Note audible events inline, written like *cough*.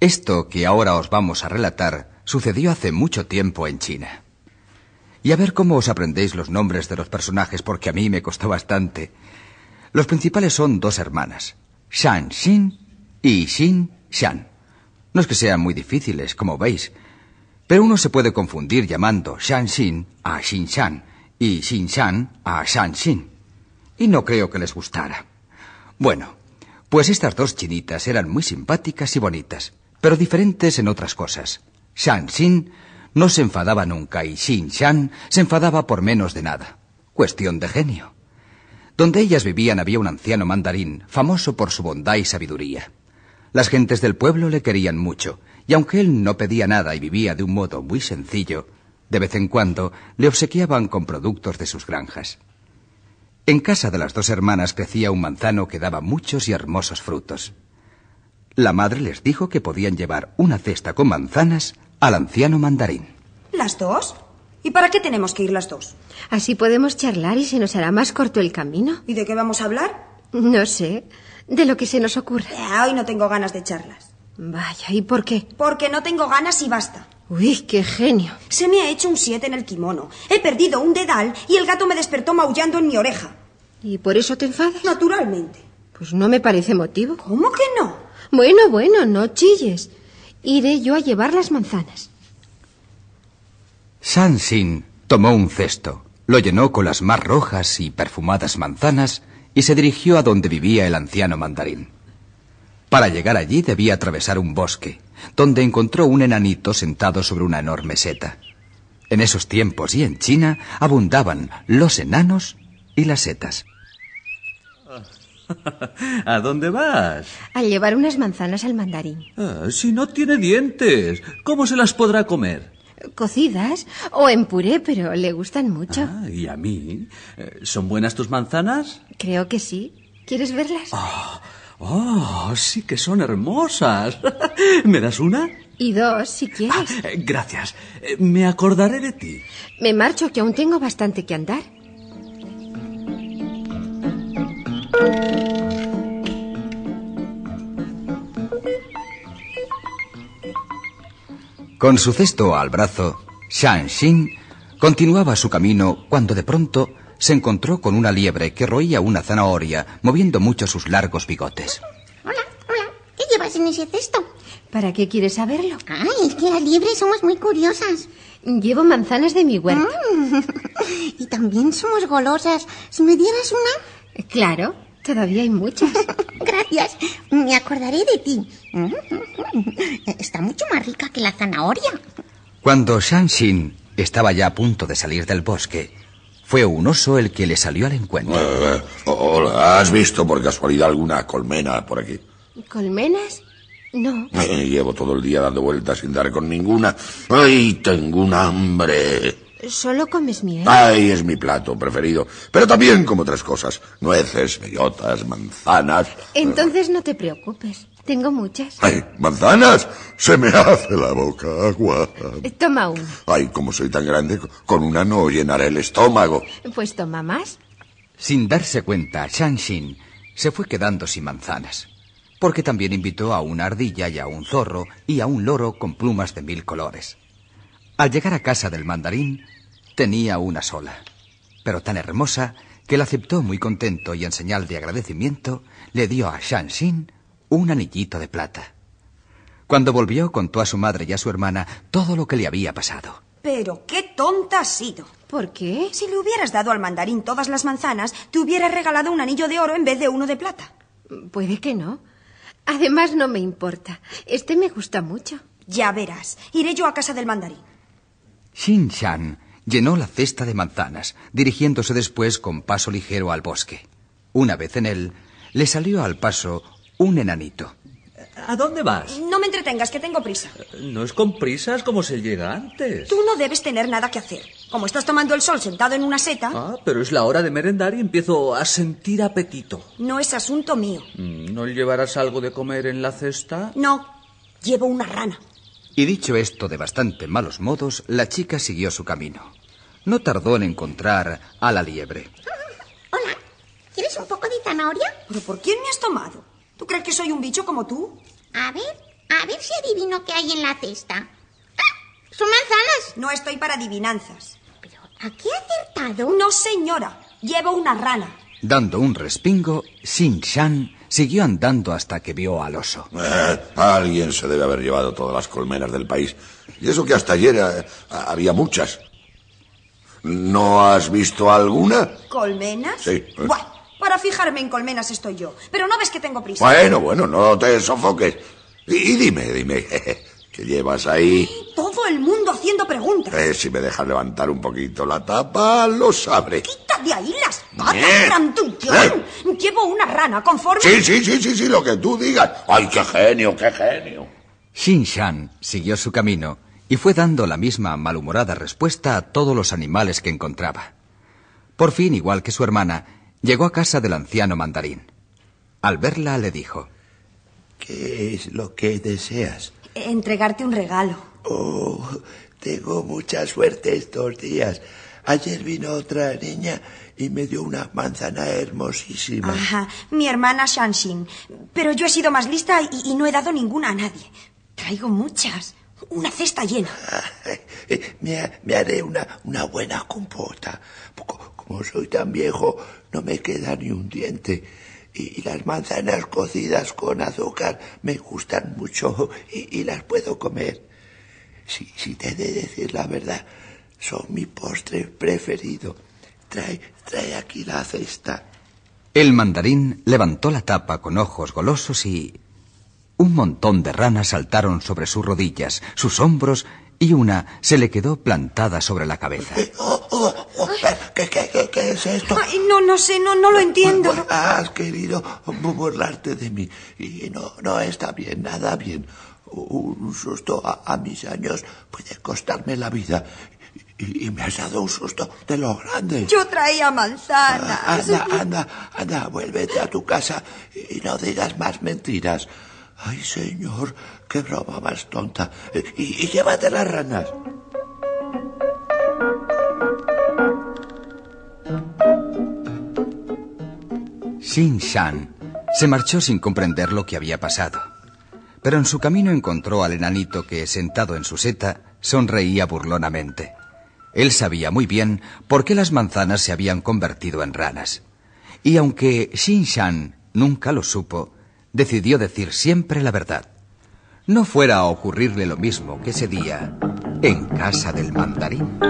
Esto que ahora os vamos a relatar sucedió hace mucho tiempo en China. Y a ver cómo os aprendéis los nombres de los personajes, porque a mí me costó bastante. Los principales son dos hermanas, Shan Xin y Xin Shan. No es que sean muy difíciles, como veis, pero uno se puede confundir llamando Shan Xin a Xin Shan y Xin Shan a Shan Xin. Y no creo que les gustara. Bueno, pues estas dos chinitas eran muy simpáticas y bonitas, pero diferentes en otras cosas. Shan Xin no se enfadaba nunca y Xin Shan se enfadaba por menos de nada. Cuestión de genio. Donde ellas vivían había un anciano mandarín, famoso por su bondad y sabiduría. Las gentes del pueblo le querían mucho, y aunque él no pedía nada y vivía de un modo muy sencillo, de vez en cuando le obsequiaban con productos de sus granjas. En casa de las dos hermanas crecía un manzano que daba muchos y hermosos frutos. La madre les dijo que podían llevar una cesta con manzanas al anciano mandarín. ¿Las dos? ¿Y para qué tenemos que ir las dos? Así podemos charlar y se nos hará más corto el camino. ¿Y de qué vamos a hablar? No sé, de lo que se nos ocurra. Eh, hoy no tengo ganas de charlas. Vaya, ¿y por qué? Porque no tengo ganas y basta. Uy, qué genio. Se me ha hecho un siete en el kimono. He perdido un dedal y el gato me despertó maullando en mi oreja. ¿Y por eso te enfadas? Naturalmente. Pues no me parece motivo. ¿Cómo que no? Bueno, bueno, no chilles. Iré yo a llevar las manzanas. Shan Xin tomó un cesto, lo llenó con las más rojas y perfumadas manzanas y se dirigió a donde vivía el anciano mandarín. Para llegar allí debía atravesar un bosque, donde encontró un enanito sentado sobre una enorme seta. En esos tiempos y en China abundaban los enanos y las setas. *laughs* ¿A dónde vas? Al llevar unas manzanas al mandarín. Ah, si no tiene dientes, ¿cómo se las podrá comer? Cocidas o en puré, pero le gustan mucho. Ah, ¿Y a mí? Eh, ¿Son buenas tus manzanas? Creo que sí. ¿Quieres verlas? Oh, sí que son hermosas. *laughs* ¿Me das una? Y dos, si quieres. Eh, Gracias. Eh, Me acordaré de ti. Me marcho, que aún tengo bastante que andar. Con su cesto al brazo, Shan Xin continuaba su camino cuando de pronto se encontró con una liebre que roía una zanahoria, moviendo mucho sus largos bigotes. Hola, hola. ¿Qué llevas en ese cesto? ¿Para qué quieres saberlo? Ay, es que las liebres somos muy curiosas. Llevo manzanas de mi huerto. y también somos golosas. Si me dieras una... *laughs* Claro, todavía hay muchas. Gracias, me acordaré de ti. Está mucho más rica que la zanahoria. Cuando Shan Xin estaba ya a punto de salir del bosque, fue un oso el que le salió al encuentro. Eh, hola, ¿has visto por casualidad alguna colmena por aquí? ¿Colmenas? No. Eh, llevo todo el día dando vueltas sin dar con ninguna. ¡Ay, tengo un hambre! Solo comes miel. ¡Ay, es mi plato preferido! Pero también como otras cosas. Nueces, bellotas, manzanas... Entonces no te preocupes. Tengo muchas. ¡Ay, manzanas! Se me hace la boca agua. Toma una. ¡Ay, como soy tan grande! Con una no llenaré el estómago. Pues toma más. Sin darse cuenta, Shan Xin se fue quedando sin manzanas, porque también invitó a una ardilla y a un zorro y a un loro con plumas de mil colores. Al llegar a casa del mandarín, tenía una sola, pero tan hermosa que la aceptó muy contento y en señal de agradecimiento le dio a Shan Xin un anillito de plata. Cuando volvió contó a su madre y a su hermana todo lo que le había pasado. Pero qué tonta has sido. ¿Por qué? Si le hubieras dado al mandarín todas las manzanas, te hubieras regalado un anillo de oro en vez de uno de plata. Puede que no. Además, no me importa. Este me gusta mucho. Ya verás. Iré yo a casa del mandarín. Xin Shan llenó la cesta de manzanas, dirigiéndose después con paso ligero al bosque. Una vez en él, le salió al paso un enanito. ¿A dónde vas? No me entretengas, que tengo prisa. No es con prisas como se llega antes. Tú no debes tener nada que hacer. Como estás tomando el sol sentado en una seta, Ah, pero es la hora de merendar y empiezo a sentir apetito. no es asunto mío. Mm, ¿No llevarás algo de comer en la cesta? No, llevo una rana. Y dicho esto de bastante malos modos, la chica siguió su camino. No tardó en encontrar a la liebre. Hola, ¿quieres un poco de zanahoria? ¿Pero por quién me has tomado? ¿Tú crees que soy un bicho como tú? A ver, A ver si adivino qué hay en la cesta. ¡Ah! ¡Son manzanas! No estoy para adivinanzas. Pero aquí he acertado. No, señora. Llevo una rana. Dando un respingo, Xing Shan siguió andando hasta que vio al oso. Eh, alguien se debe haber llevado todas las colmenas del país. Y eso que hasta ayer eh, había muchas. ¿No has visto alguna? ¿Colmenas? Sí, eh. Buah, para fijarme en colmenas estoy yo. Pero no ves que tengo prisa. Bueno, bueno, no te sofoques. Y, y dime, dime, ¿qué llevas ahí? Todo el mundo haciendo preguntas. Eh, si me dejas levantar un poquito la tapa, lo sabré. Quita de ahí las Eh. patas, grandullón. Llevo una rana conforme. Sí, sí, sí, sí, sí, lo que tú digas. ¡Ay, qué genio, qué genio! Xin Shan siguió su camino y fue dando la misma malhumorada respuesta a todos los animales que encontraba. Por fin, igual que su hermana, llegó a casa del anciano mandarín. Al verla le dijo, ¿Qué es lo que deseas? Entregarte un regalo. Oh, tengo mucha suerte estos días. Ayer vino otra niña y me dio una manzana hermosísima. Ajá, mi hermana Shanshin. Pero yo he sido más lista y, y no he dado ninguna a nadie. Traigo muchas. Una cesta llena. Eh, Me, ha- me haré una, una buena compota. Co- Como soy tan viejo, no me queda ni un diente. Y, y las manzanas cocidas con azúcar me gustan mucho y, y las puedo comer. Si, si te he de decir la verdad, son mi postre preferido. Trae, trae aquí la cesta. El mandarín levantó la tapa con ojos golosos y... Un montón de ranas saltaron sobre sus rodillas, sus hombros, y una se le quedó plantada sobre la cabeza. Oh, oh, oh, ¿qué, qué, qué, qué es esto? Ay, no, no sé, no, no lo entiendo. Bu- bu- Has querido bu- burlarte de mí y no, no está bien, nada bien. Un susto a, a mis años puede costarme la vida y, y me has dado un susto de lo grande. Ah, Yo traía manzanas. Anda, anda, anda, vuélvete a tu casa y no digas más mentiras. Ay, señor, qué broma más tonta. Y, y llévate las ranas. Xin Shan se marchó sin comprender lo que había pasado. Pero en su camino encontró al enanito que, sentado en su seta, sonreía burlonamente. Él sabía muy bien por qué las manzanas se habían convertido en ranas. Y aunque Xin Shan nunca lo supo, decidió decir siempre la verdad. No fuera a ocurrirle lo mismo que ese día en casa del mandarín.